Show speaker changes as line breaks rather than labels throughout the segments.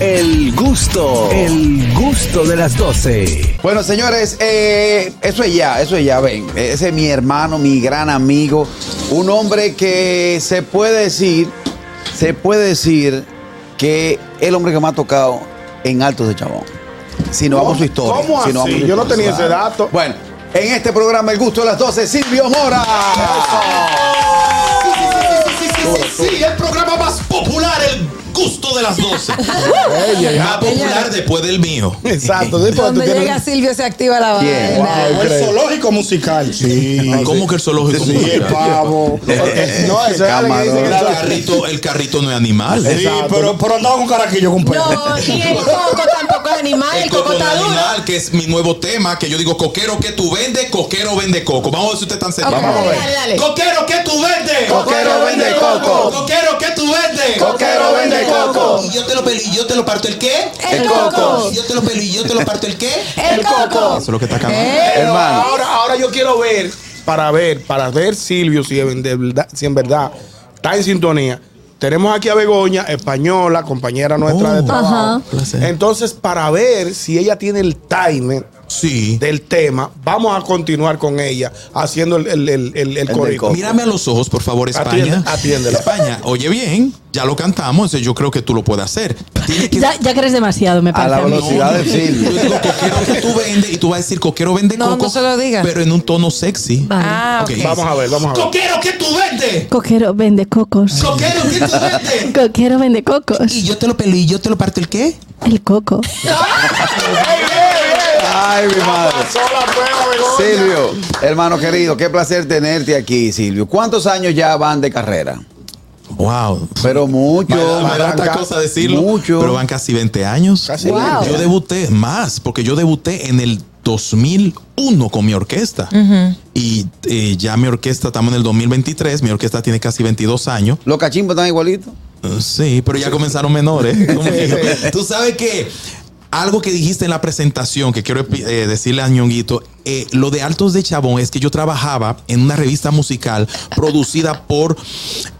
El gusto, el gusto de las 12.
Bueno, señores, eh, eso es ya, eso es ya, ven. Ese es mi hermano, mi gran amigo, un hombre que se puede decir, se puede decir que el hombre que me ha tocado en Altos de Chabón. Si no vamos su historia.
¿Cómo
si no
así?
vamos su
Yo no
historia.
tenía ese dato.
Bueno, en este programa El Gusto de las 12, Silvio Mora.
Sí, sí, sí, sí, el programa más popular, el gusto de las 12. más popular después del mío.
Exacto. después tú
Donde
tienes-
llega Silvio se activa la
Bien.
vaina.
Wow, el zoológico musical. Sí.
¿Cómo que el zoológico?
Sí, el pavo. No, eso es alguien que dice que
El
la-
carrito, el carrito no es animal.
Sí, pero, pero andaba con caraquillo con perro.
No, y el coco tampoco es animal, el coco
no
está
es
duro.
animal, que es mi nuevo tema, que yo digo, coquero que tú vendes, coquero vende coco. Vamos a ver si usted está cerca.
Ok,
Vamos a ver.
dale, dale.
Coquero que tú vendes.
Coquero vende coco.
Coquero que tú vendes.
Coquero vende coco.
Y yo te lo pelo y yo te lo parto el qué.
El coco.
Y yo te lo pelo y yo te lo parto el qué.
El
Eso
coco.
es lo que está acabando.
Eh,
Pero
Hermano.
ahora, ahora yo quiero ver, para ver, para ver Silvio si en, de verdad, si en verdad está en sintonía. Tenemos aquí a Begoña, española, compañera nuestra de trabajo. Entonces, para ver si ella tiene el timer
Sí.
del tema, vamos a continuar con ella haciendo el, el, el, el, el
del
corito.
coco.
Mírame a los ojos, por favor, España.
Atiende- atiéndela.
España, oye bien, ya lo cantamos, entonces yo creo que tú lo puedes hacer. Tienes que
Ya, ya crees demasiado, me
A
parece.
la
a mí.
velocidad de
Yo
Silvio.
digo coquero que tú vendes y tú vas a decir coquero vende
No,
coco.
no se lo digas.
Pero en un tono sexy.
Vale.
Ah,
Ok.
Vamos a ver, vamos a ver.
Coquero que tú vendes.
Coquero vende cocos.
Coquero que tú vendes.
Coquero vende
Y
cocos.
yo te lo pelo y yo te lo parto el qué?
El coco.
Ay, mi madre. Silvio, hermano querido, qué placer tenerte aquí, Silvio. ¿Cuántos años ya van de carrera?
Wow.
Pero mucho.
Me da- me da tanta
Arranca-
cosa decirlo.
Mucho.
Pero van casi 20 años.
Casi
Wow.
20.
Yo debuté más, porque yo debuté en el 2001 con mi orquesta. Y eh, ya mi orquesta, estamos en el 2023, mi orquesta tiene casi 22 años.
Los cachimbos están igualitos.
Uh, Sí, pero ya comenzaron menores. conmigo. Tú sabes que algo que dijiste en la presentación, que quiero eh, decirle a Ñonguito, eh, lo de Altos de Chabón es que yo trabajaba en una revista musical producida por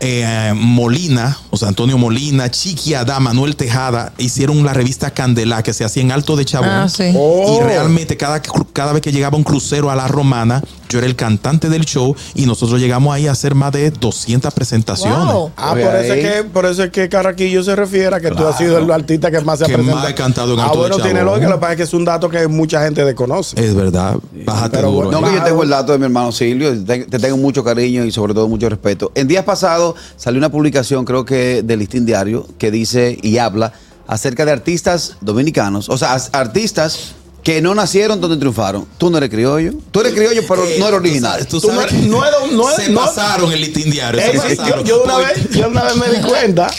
eh, Molina, o sea, Antonio Molina, Chiqui Adá, Manuel Tejada, hicieron la revista Candelá que se hacía en Alto de Chabón.
Ah, sí.
Oh.
Y realmente cada, cru- cada vez que llegaba un crucero a la romana, yo era el cantante del show y nosotros llegamos ahí a hacer más de 200 presentaciones.
Wow.
Ah,
Oye,
por eso,
ahí.
es que, por eso es que Carraquillo se refiere a que tú has sido el artista que más se ha
Que
presentado.
más he cantado en
Ah,
Alto de
bueno, tiene
Chabón.
lógica. Lo que pasa es que es un dato que mucha gente desconoce.
Es verdad, bájate
pero
duro.
bueno,
No,
ahí.
que yo tengo el dato de mi hermano Silvio, te, te tengo mucho cariño y sobre todo mucho respeto. En días pasados salió una publicación, creo que del Listín Diario, que dice y habla acerca de artistas dominicanos, o sea, as- artistas que no nacieron donde triunfaron. Tú no eres criollo, tú eres criollo, pero
Eh,
no eres
tú
original.
sabes- tú
Tú
sabes-
no- no era- no era-
se
no-
pasaron el listín diario. se
Ey, Eh, yo,
pasaron.
yo una
Porque
vez, yo una vez me di cuenta.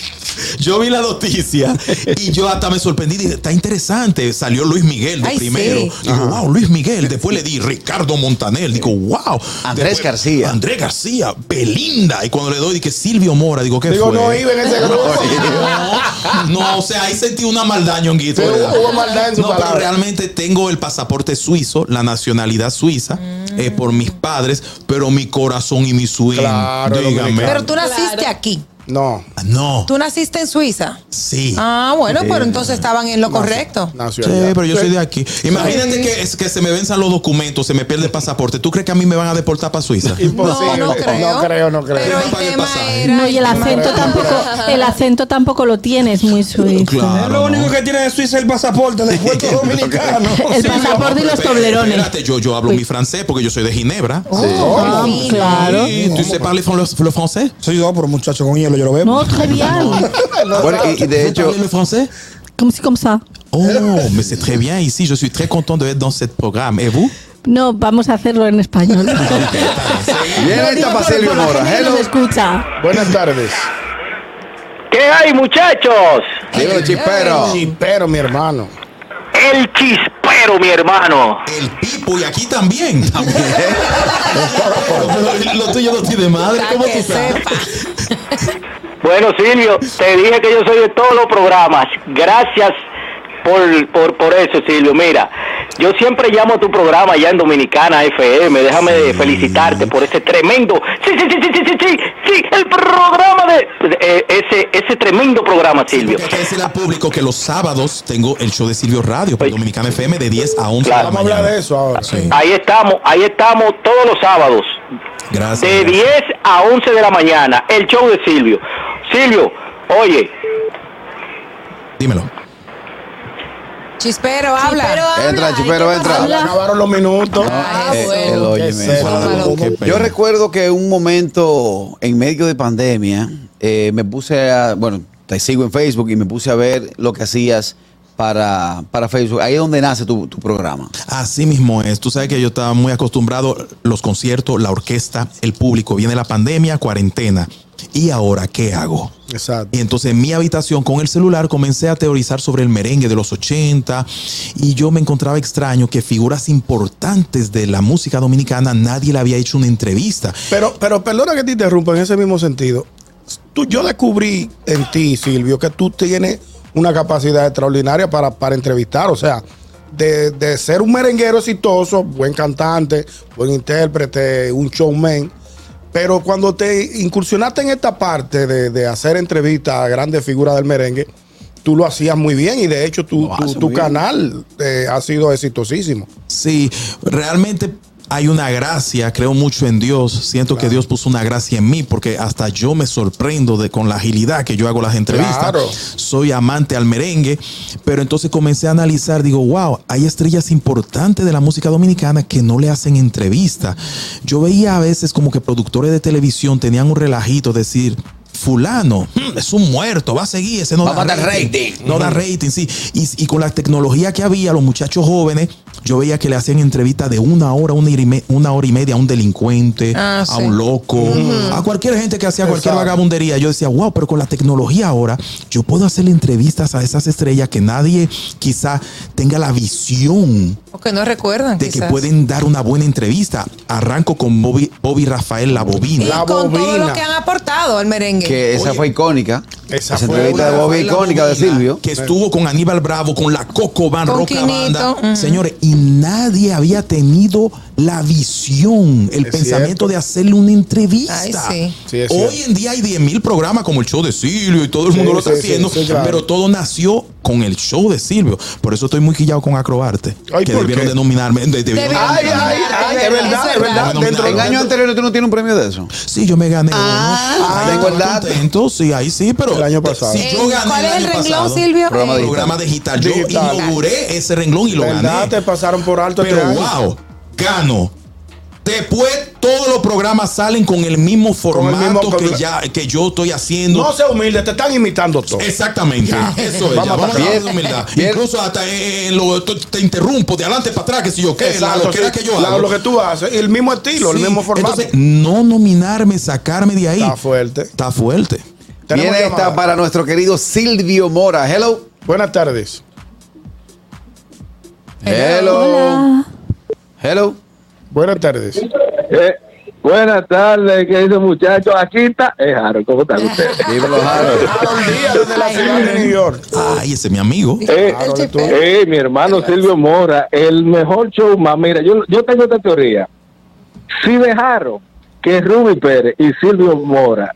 yo vi la noticia y yo hasta me sorprendí. Dije, está interesante. Salió Luis Miguel de
Ay,
primero.
sí.
Digo, wow, Luis Miguel. Después le di Ricardo Montaner. Digo, wow.
Andrés
Después,
García.
Andrés García, Belinda. Y cuando le doy, dije, Silvio Mora. Digo, ¿qué
Digo,
fue?
no iba en ese grupo.
No, no, o sea, ahí sentí una maldad, ñonguito.
Sí,
¿verdad?
hubo maldad en su
no, pero
palabra.
realmente tengo el pasaporte suizo, la nacionalidad suiza, eh, por mis padres, pero mi corazón y mi swing.
Claro,
dígame.
dominicano.
Pero tú naciste aquí.
No.
No,
Tú naciste en Suiza.
sí.
Ah, bueno, pero entonces estaban en lo correcto.
Nació
Sí,
allá.
pero yo soy de aquí. Imagínate que, es que se me venzan los documentos, se me pierde el pasaporte. ¿Tú crees que a mí me van a deportar para Suiza?
Imposible.
No, no creo.
No creo, no creo.
Pero el
Pague el
tema
pasaje.
era.
No, y el acento tampoco, el acento tampoco lo tienes muy suizo.
Claro,
Lo único
no.
que tiene de Suiza es el pasaporte del puerto dominicano.
El pasaporte y los
Espérate,
toblerones. Ah,
Espérate, yo, yo hablo mi francés porque yo soy de Ginebra.
Oh, qué fino.
Claro.
Sí, ¿Tú se parles fran- le francés?
Sí, no, pero muchacho con hielo yo lo veo.
No, très bien.
Bueno, y, y de
Vous
hecho,
parlez le français
Como si, como ça.
Oh, mais c'est très bien ici. Je suis très content d'être dans ce programme. Et vous
No, vamos a hacerlo en español.
bien
Lo
ahí
digo
está para
por-
Silvio
por la
Mora.
gente que
Hello.
nos escucha.
Buenas tardes.
¿Qué hay, muchachos?
Dímelo, chispero.
Sí, pero mi hermano.
El chispero, mi hermano.
El Pipo, y aquí también. también. Pero lo tuyo no tiene madre.
Para
¿Cómo
que
tú sabes?
Bueno, Silvio, te dije que yo soy de todos los programas. Gracias por, por, por eso, Silvio. Mira, Yo siempre llamo a tu programa allá en Dominicana FM. Déjame felicitarte por ese tremendo. Sí, sí, sí, sí, sí, sí, sí, sí, el programa de. de- eh, ese, ese tremendo programa, Silvio.
Porque hay que decirle al público que los sábados tengo el show de Silvio Radio por
Oye.
Dominicana FM de 10 a 11
Claro.
de la
Vamos a hablar
mañana.
de eso ahora.
Sí.
Ahí estamos, ahí estamos todos los sábados,
Gracias.
de
gracias.
10 a 11 de la mañana, el show de Silvio. Silvio, oye,
Dímelo.
Chispero, habla.
Entra, Chipero, entra. Ah,
Se acabaron los minutos.
Ah,
Eh,
bueno.
el óyeme.
Qué sepa.
Qué pena.
Yo recuerdo que un momento en medio de pandemia eh, me puse a, bueno, te sigo en Facebook y me puse a ver lo que hacías para, para Facebook. Ahí es donde nace tu, tu programa.
Así mismo es. Tú sabes que yo estaba muy acostumbrado los conciertos, la orquesta, el público. Viene la pandemia, cuarentena. ¿Y ahora qué hago?
Exacto.
Y entonces en mi habitación con el celular comencé a teorizar sobre el merengue de los 80 y yo me encontraba extraño que figuras importantes de la música dominicana nadie le había hecho una entrevista.
Pero, pero perdona que te interrumpa en ese mismo sentido. Tú, yo descubrí en ti, Silvio, que tú tienes una capacidad extraordinaria para, para entrevistar. O sea, de, de ser un merenguero exitoso, buen cantante, buen intérprete, un showman. Pero cuando te incursionaste en esta parte de, de hacer entrevistas a grandes figuras del merengue, tú lo hacías muy bien y de hecho tu,
Lo
tu-
hace
tu
muy bien.
canal eh, ha sido exitosísimo.
Sí, realmente hay una gracia, creo mucho en Dios, siento que Dios puso una gracia en mí porque hasta yo me sorprendo de con la agilidad que yo hago las entrevistas.
Claro.
Soy amante al merengue, pero entonces comencé a analizar, digo, wow, hay estrellas importantes de la música dominicana que no le hacen entrevista. Yo veía a veces como que productores de televisión tenían un relajito, decir, fulano, hmm, es un muerto, va a seguir, ese no
Va
da
a matar rating.
no da rating, sí. Y, y con la tecnología que había, los muchachos jóvenes, yo veía que le hacían entrevistas de una hora, una hora y, me- una hora y media a un delincuente,
Ah, sí.
a un loco, a cualquier gente que hacía cualquier
Exacto.
vagabundería. Yo decía, wow, pero con la tecnología ahora, yo puedo hacerle entrevistas a esas estrellas que nadie quizá tenga la visión
Porque no recuerdan.
de que
quizás.
pueden dar una buena entrevista. Arranco con Bobby, Bobby Rafael La
Y
Bobina.
La
con todo
bobina.
lo que han aportado al merengue.
Que esa
Oye,
fue icónica.
esa
Esa,
fue
entrevista
una-
de Bobby
Rafael
icónica de
Lamborghini,
Silvio.
Que estuvo con Aníbal Bravo, con la Coco Van
Con
Roca Banda.
Quinito, ujú.
Señores, y nadie había tenido la visión, el
Es
pensamiento
cierto.
de hacerle una entrevista.
Ay, sí.
Sí, es
Hoy
cierto.
en día hay 10 mil programas como el show de Silvio y todo el
Sí,
mundo lo está
sí, sí,
haciendo,
sí, claro.
pero todo nació con el show de Silvio. Por eso estoy muy quillado con Acrobarte.
Ay,
que
¿por
debieron
qué?
de nominarme. de- debieron de
Debieron-
Ay,
nominarme.
ay, ay, es verdad, es verdad.
Bueno,
Dentro,
En
nada.
años anteriores tú no tienes un premio de eso.
Sí, yo me gané. uno.
ah,
Ahí
de
estaba
igualdad.
contento, sí, ahí sí, pero.
El año pasado.
Si yo
Eh,
gané el
¿Cuál es el
año
renglón,
pasado,
Silvio?
Programa
Eh,
digital.
Programa digital. Yo
Digital.
inauguré ese renglón y lo
¿Verdad? Te
gané.
pasaron por alto este
Pero
año.
wow, gano. Después todos los programas salen con el mismo
el
formato
mismo- con
que,
la-
ya, que yo estoy haciendo.
No sea humilde, te están imitando todo.
Exactamente, eso
Vamos
es. ya,
a
Vamos a
pasar.
hablar de humildad.
Bien.
Incluso hasta eh, lo- te, te interrumpo de adelante para atrás, que si yo qué, la
Exacto,
loquera
sí.
que yo
La-
hago.
lo que tú haces, el mismo estilo, el
Sí,
mismo formato.
Entonces, no nominarme, sacarme de ahí.
Está fuerte.
Está fuerte.
Tenemos
Viene
llamada.
esta para nuestro querido Silvio Mora. Hello.
Buenas tardes.
Hello. Hello.
Buenas tardes.
Eh, buenas tardes, queridos muchachos. Aquí está. Eh, Harold, ¿cómo están ustedes?
Dímelo, Harold.
Harold Díaz, desde la ciudad de New York.
Ay, ese es mi amigo.
Eh,
El
Harold, tú-
chipero.
eh, mi hermano Silvio Mora, el mejor showman. Mira, yo, yo tengo esta teoría. Si dejaron que Ruby Pérez y Silvio Mora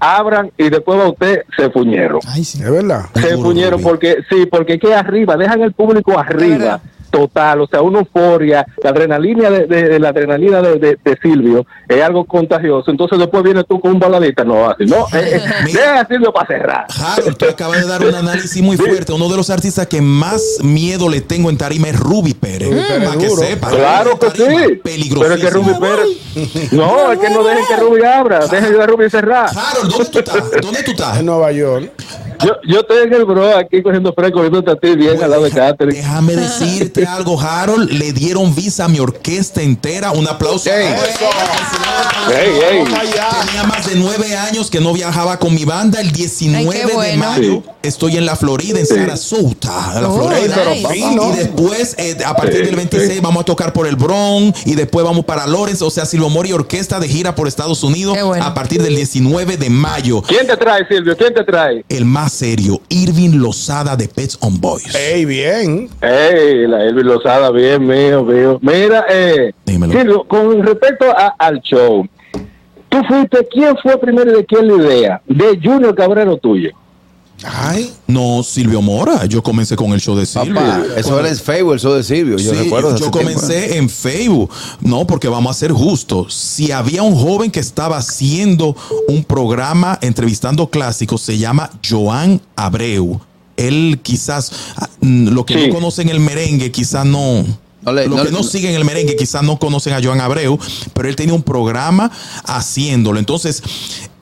abran y después va usted, se fuñeron.
Ay, sí.
Es verdad.
Está
Se
duro,
fuñeron
Ruby.
porque, sí, porque es que arriba, dejan el público
verdad.
arriba, total, o sea, una euforia, la adrenalina de, de- de la adrenalina de, de- de Silvio es algo contagioso, entonces después vienes tú con un baladita, no, así, no, eh, eh,
Mira.
deja a Silvio para cerrar.
Harold, tú acabas de dar un análisis muy fuerte. Uno de los artistas que más miedo le tengo en tarima es Ruby Pérez.
Pérez,
Para que
duro.
sepa.
Claro que
Tarima,
sí, pero es que Ruby
peligrosísimo.
Pérez, no, es que no dejen que Ruby abra, dejen que Ruby cerrar.
Harold, ¿dónde tú estás? ¿Dónde tú estás?
En Nueva York.
Yo, yo estoy en el bro aquí cogiendo fresco, viendo a ti bien al lado de Catherine.
Déjame decirte algo, Harold. Le dieron visa a mi orquesta entera. Un aplauso.
Ey.
Ey, ey.
Tenía más de nueve años que no viajaba con mi banda. El 19
Ay, qué
de
bueno.
mayo estoy en la Florida, en Sarasota, en la
Oh,
Florida.
pero
Y
fino.
después, eh, a partir del 26, vamos a tocar por el Bronx y después vamos para Lawrence, o sea, Silvio Mori Orquesta de gira por Estados Unidos
Qué bueno.
a partir del 19 de mayo.
¿Quién te trae, Silvio? ¿Quién te trae?
El más serio, Irving Lozada de Pets on Boys.
Ey, bien.
Ey, la- Elvis Lozada, bien mío, mío. Mira, eh,
Dímelo.
Silvio, con respecto a- al show, tú fuiste, ¿quién fue primero y de quién la idea? De Junior Cabrero tuyo.
Ay,
No, Silvio Mora. Yo comencé con el show de Silvio.
Papá, eso era en Facebook, el show de Silvio. Yo
Sí,
recuerdo. hace
yo
tiempo.
comencé en Facebook, no, porque vamos a ser justos. Si había un joven que estaba haciendo un programa entrevistando clásicos, se llama Joan Abreu. Él quizás, ah, mm, lo que
Sí.
no conocen el merengue, quizás no.
No le-
lo
no
que
le-
no siguen el merengue, quizás no conocen a Joan Abreu, pero él tenía un programa haciéndolo. Entonces,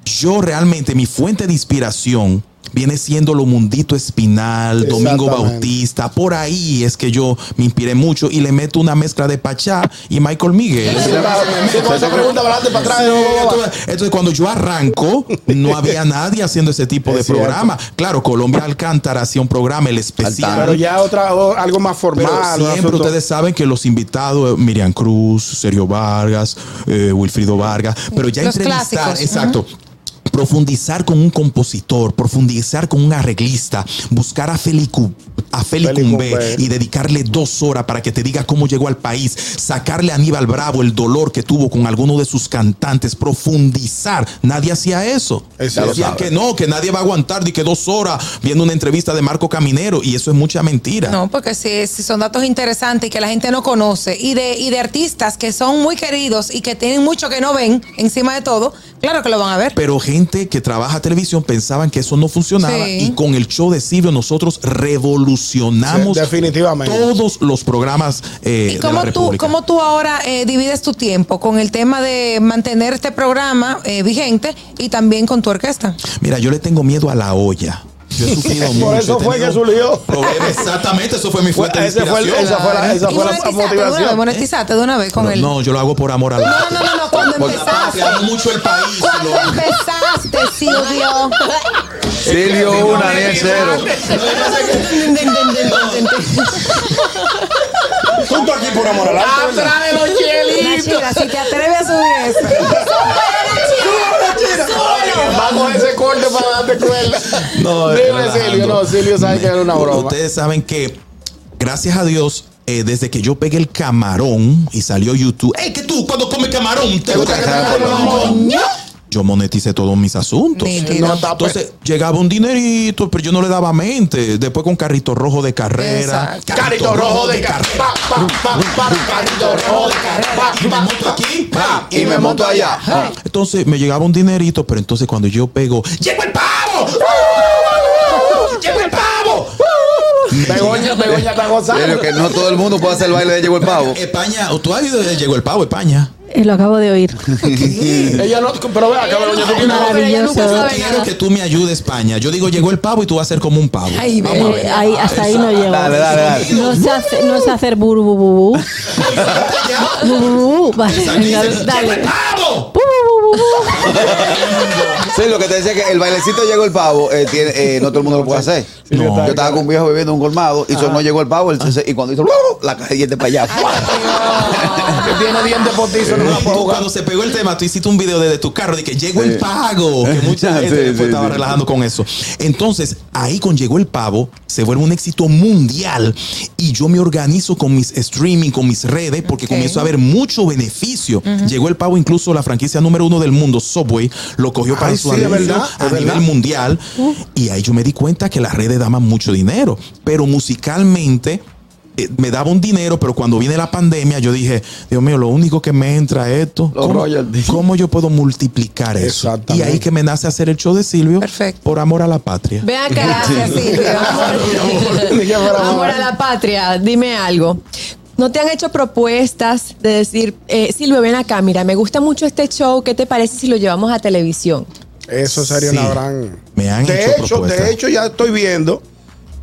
yo realmente, mi fuente de inspiración viene siendo lo mundito espinal, Domingo
Exactamente.
Bautista artista. Por ahí es que yo me inspiré mucho y le meto una mezcla de Pachá y Michael Miguel.
sí, con esa pregunta para adelante, para atrás,
Sí,
no, no, no.
entonces, entonces, cuando yo arranco, no había nadie haciendo ese tipo de
Es cierto.
programa. Claro, Colombia Alcántara hacía un programa, el especial.
Alcántara.
pero ya otra, o- algo más formal.
Pero
un
siempre
asunto-
ustedes saben que los invitados, eh, Miriam Cruz, Sergio Vargas, eh, Wilfrido Vargas, pero ya
Los
entrevistar,
clásicos,
exacto. Profundizar con un compositor, profundizar con un arreglista, buscar a Felicu, a Feli
Feli
Cumbé
Cumbé.
y dedicarle dos horas para que te diga cómo llegó al país, sacarle a Aníbal Bravo el dolor que tuvo con alguno de sus cantantes, profundizar. Nadie hacía eso.
Es cierto.
Decían que no, que nadie va a aguantar ni que dos horas viendo una entrevista de Marco Caminero y eso es mucha mentira.
No, porque sí, sí son datos interesantes y que la gente no conoce. Y de, y de artistas que son muy queridos y que tienen mucho que no ven, encima de todo, claro que lo van a ver.
Pero gente que trabaja televisión pensaban que eso no funcionaba
Sí.
y con el show de Silvio nosotros revolucionamos
Sí, definitivamente.
todos los programas eh, de
¿Y
la
cómo tú,
República.
cómo tú ahora eh, divides tu tiempo con el tema de mantener este programa eh, vigente y también con tu orquesta?
Mira, yo le tengo miedo a la olla. Yo he sufrido mucho.
Por eso
he
fue que
tenido
surgió.
problemas. Exactamente, eso fue mi fuente de
Ese fue el-
inspiración.
esa fue la, esa
y
fue la
monetizate de una vez,
motivación.
monetizate de una vez con
Pero
él.
No, yo lo hago por amor al
no, no, no, no, cuando
Por la
empezaste.
patria, amo mucho el país.
Cuando
lo-
empezaste, Silvio.
Silvio 1, Daniel 0.
Junto aquí por amor al arte, ¿verdad?
Nachira, si te atreves a subir eso.
Vamos a ese corte para darte cuerda.
No, es
Dime,
relajando.
Silvio. No, Silvio sabe que era una broma.
Ustedes saben que, gracias a Dios, eh, desde que yo pegué el camarón y salió YouTube, ¡Ey, que tú cuando comes camarón te gusta que te
Ajá,
coman camarón?" Yo moneticé todos mis asuntos.
Nítido.
No, pues. tapa.
Entonces llegaba un dinerito, pero yo no le daba mente. Después con carrito rojo de carrera.
Exacto.
Carito rojo de carrera. Pa, pa, pa, pa, carito rojo de carrera.
Y me monto aquí, pa,
Y me monto allá.
Entonces me llegaba un dinerito, pero entonces cuando yo pego, ¡Llegó el pavo! ¡Uh, ¡Llegó el pavo!
Begoña, Begoña está
Pero
gozando.
que no todo el mundo puede hacer el baile de Llegó el Pavo.
España, ¿tú has oído? de Llegó el pavo, España.
Eh, Lo acabo de oír.
Ella no, pero vea, acá Begoña tú tienes-
Maravilloso.
Yo quiero que tú me ayudes, España. Yo digo, llegó el pavo y tú vas a ser como un pavo.
Ay, ve.
Vamos a ver.
Eh, ahí- hasta ahí no llego.
Dale, dale, dale.
No sé hacer, no sé hacer buru, bu, bu, bu. Bu, bu, bu, bu. Vale, venga, dale.
¡Pavo!
Bu, bu, bu, bu, bu.
Sí, lo que te decía que el bailecito llegó el pavo, eh, tiene, eh, no todo el mundo lo puede hacer.
No.
Yo estaba con un viejo bebiendo un colmado y sonó llegó el pavo él se- y cuando hizo ¡blu! la caja de dientes para allá.
que tiene dientes postizos, no la
Y
puedo
tú,
jugar.
cuando se pegó el tema, tú hiciste un video desde tu carro de que llegó el
Sí.
pago. Que mucha
Sí,
gente después
sí,
estaba
sí.
relajando con eso. Entonces, ahí con llegó el pavo, se vuelve un éxito mundial. Y yo me organizo con mis streaming, con mis redes, porque
Ok.
comienzo a ver mucho beneficio. Llegó el pavo, incluso la franquicia número uno del mundo, Subway, lo cogió para
Ay,
su
sí, es
anuncio
verdad, es
a
verdad.
nivel mundial. Y ahí yo me di cuenta que las redes daban mucho dinero. Pero musicalmente eh, me daba un dinero, pero cuando viene la pandemia, yo dije, Dios mío, lo único que me entra es esto.
Los
¿Cómo,
royalties.
cómo yo puedo multiplicar eso? Y
Exactamente.
ahí que me nace hacer el show de Silvio
Perfecto.
por amor a la patria.
Ve acá, gracias,
Ni que
Silvio.
fuera
Amor a
mamá.
la patria, dime algo. ¿No te han hecho propuestas de decir, eh, Silvio, ven acá, mira, me gusta mucho este show, ¿qué te parece si lo llevamos a televisión?
Eso sería
Sí.
una gran.
Me han
de
hecho
hecho,
propuestas.
de hecho, ya estoy viendo.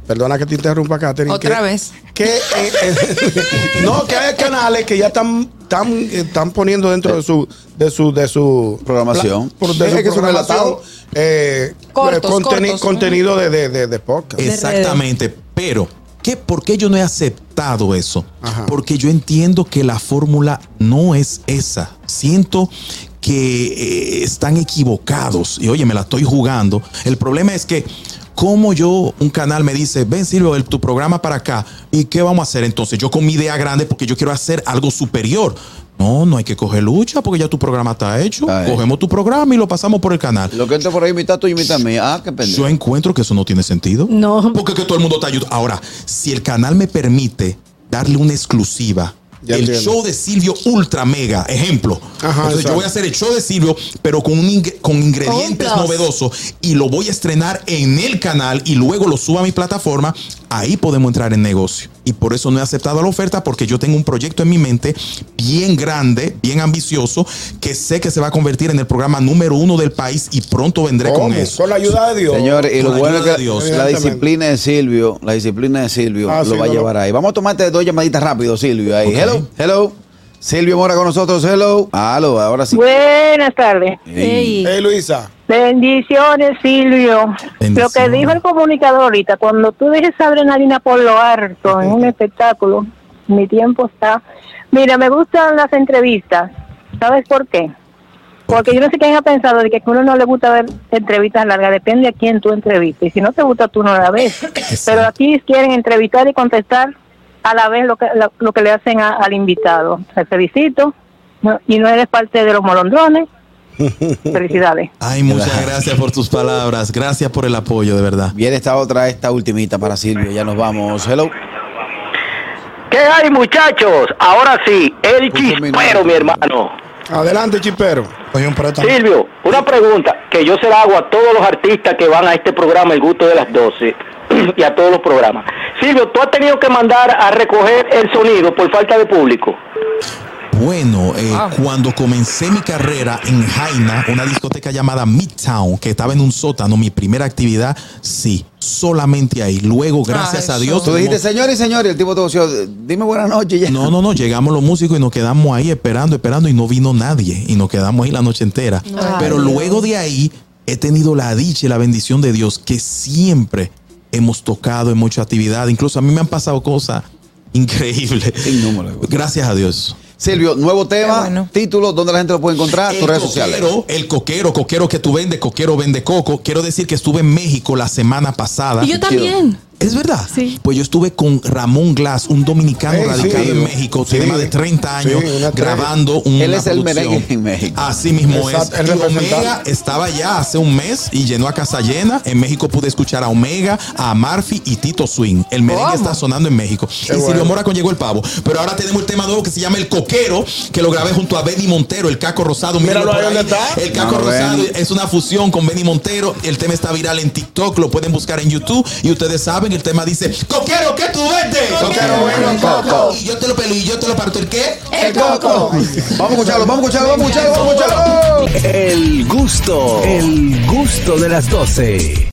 Perdona que te interrumpa, Katherine.
Otra
que-
vez.
Que, eh, eh, no, que hay canales que ya están, están, están poniendo dentro de su, de su, de su
Programación.
pla- por- de
Es
su
que es un
programación,
relatado.
eh,
Cortos,
eh, conteni-
cortos.
contenido de, de, de, de podcast.
Eh,
Exactamente, pero ¿qué, ¿por qué yo no he aceptado eso?
Ajá.
Porque yo entiendo que la fórmula no es esa. Siento que eh, están equivocados y oye, me la estoy jugando. El problema es que ¿Cómo yo, un canal me dice, ven Silvio, el- tu programa para acá? ¿Y qué vamos a hacer entonces? Yo con mi idea grande porque yo quiero hacer algo superior. No, no hay que coger lucha porque ya tu programa está hecho. Cogemos tu programa y lo pasamos por el canal.
Lo que entra por ahí imita tú, imita a mí. Ah, qué pendejo.
Yo encuentro que eso no tiene sentido.
No.
Porque que todo el mundo está ayudando. Ahora, si el canal me permite darle una exclusiva.
Ya
el
entiendo.
show de Silvio Ultra Mega, ejemplo.
Ajá,
Entonces
exacto.
yo voy a hacer el show de Silvio, pero con, un ing- con ingredientes
Con un plus.
novedosos y lo voy a estrenar en el canal y luego lo subo a mi plataforma. Ahí podemos entrar en negocio. Y por eso no he aceptado la oferta porque yo tengo un proyecto en mi mente bien grande, bien ambicioso, que sé que se va a convertir en el programa número uno del país y pronto vendré
¿Cómo?
con eso.
Con la ayuda de Dios.
Señores, y lo
Con la
bueno es
ayuda
que
de Dios.
la
Evidentemente.
disciplina de Silvio, la disciplina de Silvio
Ah,
lo
sí,
va a
no,
llevar
no.
ahí. Vamos a tomarte dos llamaditas rápido, Silvio. Ahí.
Ok.
Hello, hello. Silvio Mora con nosotros, hello. Aló, ahora sí.
Buenas tardes.
Ey.
Hey, Luisa.
Bendiciones, Silvio. Lo que
Bendiciones.
dijo el comunicador ahorita, cuando tú dejes adrenalina por lo harto en un espectáculo, mi tiempo está. Mira, me gustan las entrevistas. ¿Sabes por qué? Porque yo no sé quién ha pensado de que a uno no le gusta ver entrevistas largas, depende a quién tú entrevistes. Y si no te gusta, tú no la ves. Pero aquí quieren entrevistar y contestar a la vez lo que, lo, lo que le hacen a- al invitado. Te felicito no- y no eres parte de los molondrones. Felicidades.
Ay, muchas gracias por tus palabras. Gracias por el apoyo, de verdad.
Viene esta otra, esta ultimita para Silvio. Ya nos vamos. Hello.
¿Qué hay, muchachos? Ahora sí, el
Punto
chispero,
minuto.
mi hermano.
Adelante, chipero.
Oye, un préstamo.
Silvio, una pregunta que yo se la hago a todos los artistas que van a este programa El Gusto de las 12 y a todos los programas. Silvio, tú has tenido que mandar a recoger el sonido por falta de público.
Bueno, eh, cuando comencé mi carrera en Jaina, una discoteca llamada Midtown, que estaba en un sótano, mi primera actividad, sí, solamente ahí. Luego, gracias
Ay,
a Dios.
Tú dijiste,
tuvimos-
señores y señores, el tipo te voció, dime buenas noches ya.
No, no, no, llegamos los músicos y nos quedamos ahí esperando, esperando y no vino nadie y nos quedamos ahí la noche entera. Pero luego de ahí he tenido la dicha y la bendición de Dios que siempre hemos tocado en mucha actividad. Incluso a mí me han pasado cosas increíbles.
Sin número de cosas.
Gracias a Dios.
Silvio, nuevo tema,
Qué bueno.
título, ¿dónde la gente lo puede encontrar? Ah, Tus redes sociales.
coquero, el coquero, coquero que tú vendes, coquero vende coco. Quiero decir que estuve en México la semana pasada.
Y yo también.
¿Es verdad?
Sí.
Pues yo estuve con Ramón Glass, un dominicano
Ey,
radicado
sí.
en México, tiene
Sí.
más de 30 años,
Sí, una estrella.
grabando un.
Él es el merengue en México.
Así mismo
Exacto,
es.
el
Y
representante.
Omega estaba ya hace un mes y llenó a casa llena. En México pude escuchar a Omega, a Murphy y Tito Swing. El merengue está sonando en México. y Silvio
bueno.
Mora con llegó el pavo. Pero ahora tenemos el tema nuevo que se llama El Coquero, que lo grabé junto a Benny Montero, el Caco Rosado.
Míralo
por
ahí donde está.
El Caco
Vamos,
Rosado
Benny.
es una fusión con Benny Montero. El tema está viral en TikTok, lo pueden buscar en YouTube. Y ustedes saben, el tema dice: Coquero, ¿qué tú vendes?
Coquero, bueno, coco.
Y yo te lo pelo y yo te lo parto. ¿El qué?
El coco. Vamos a escucharlo, vamos a escucharlo, vamos a escucharlo, vamos a escucharlo.
El gusto, el gusto de las 12.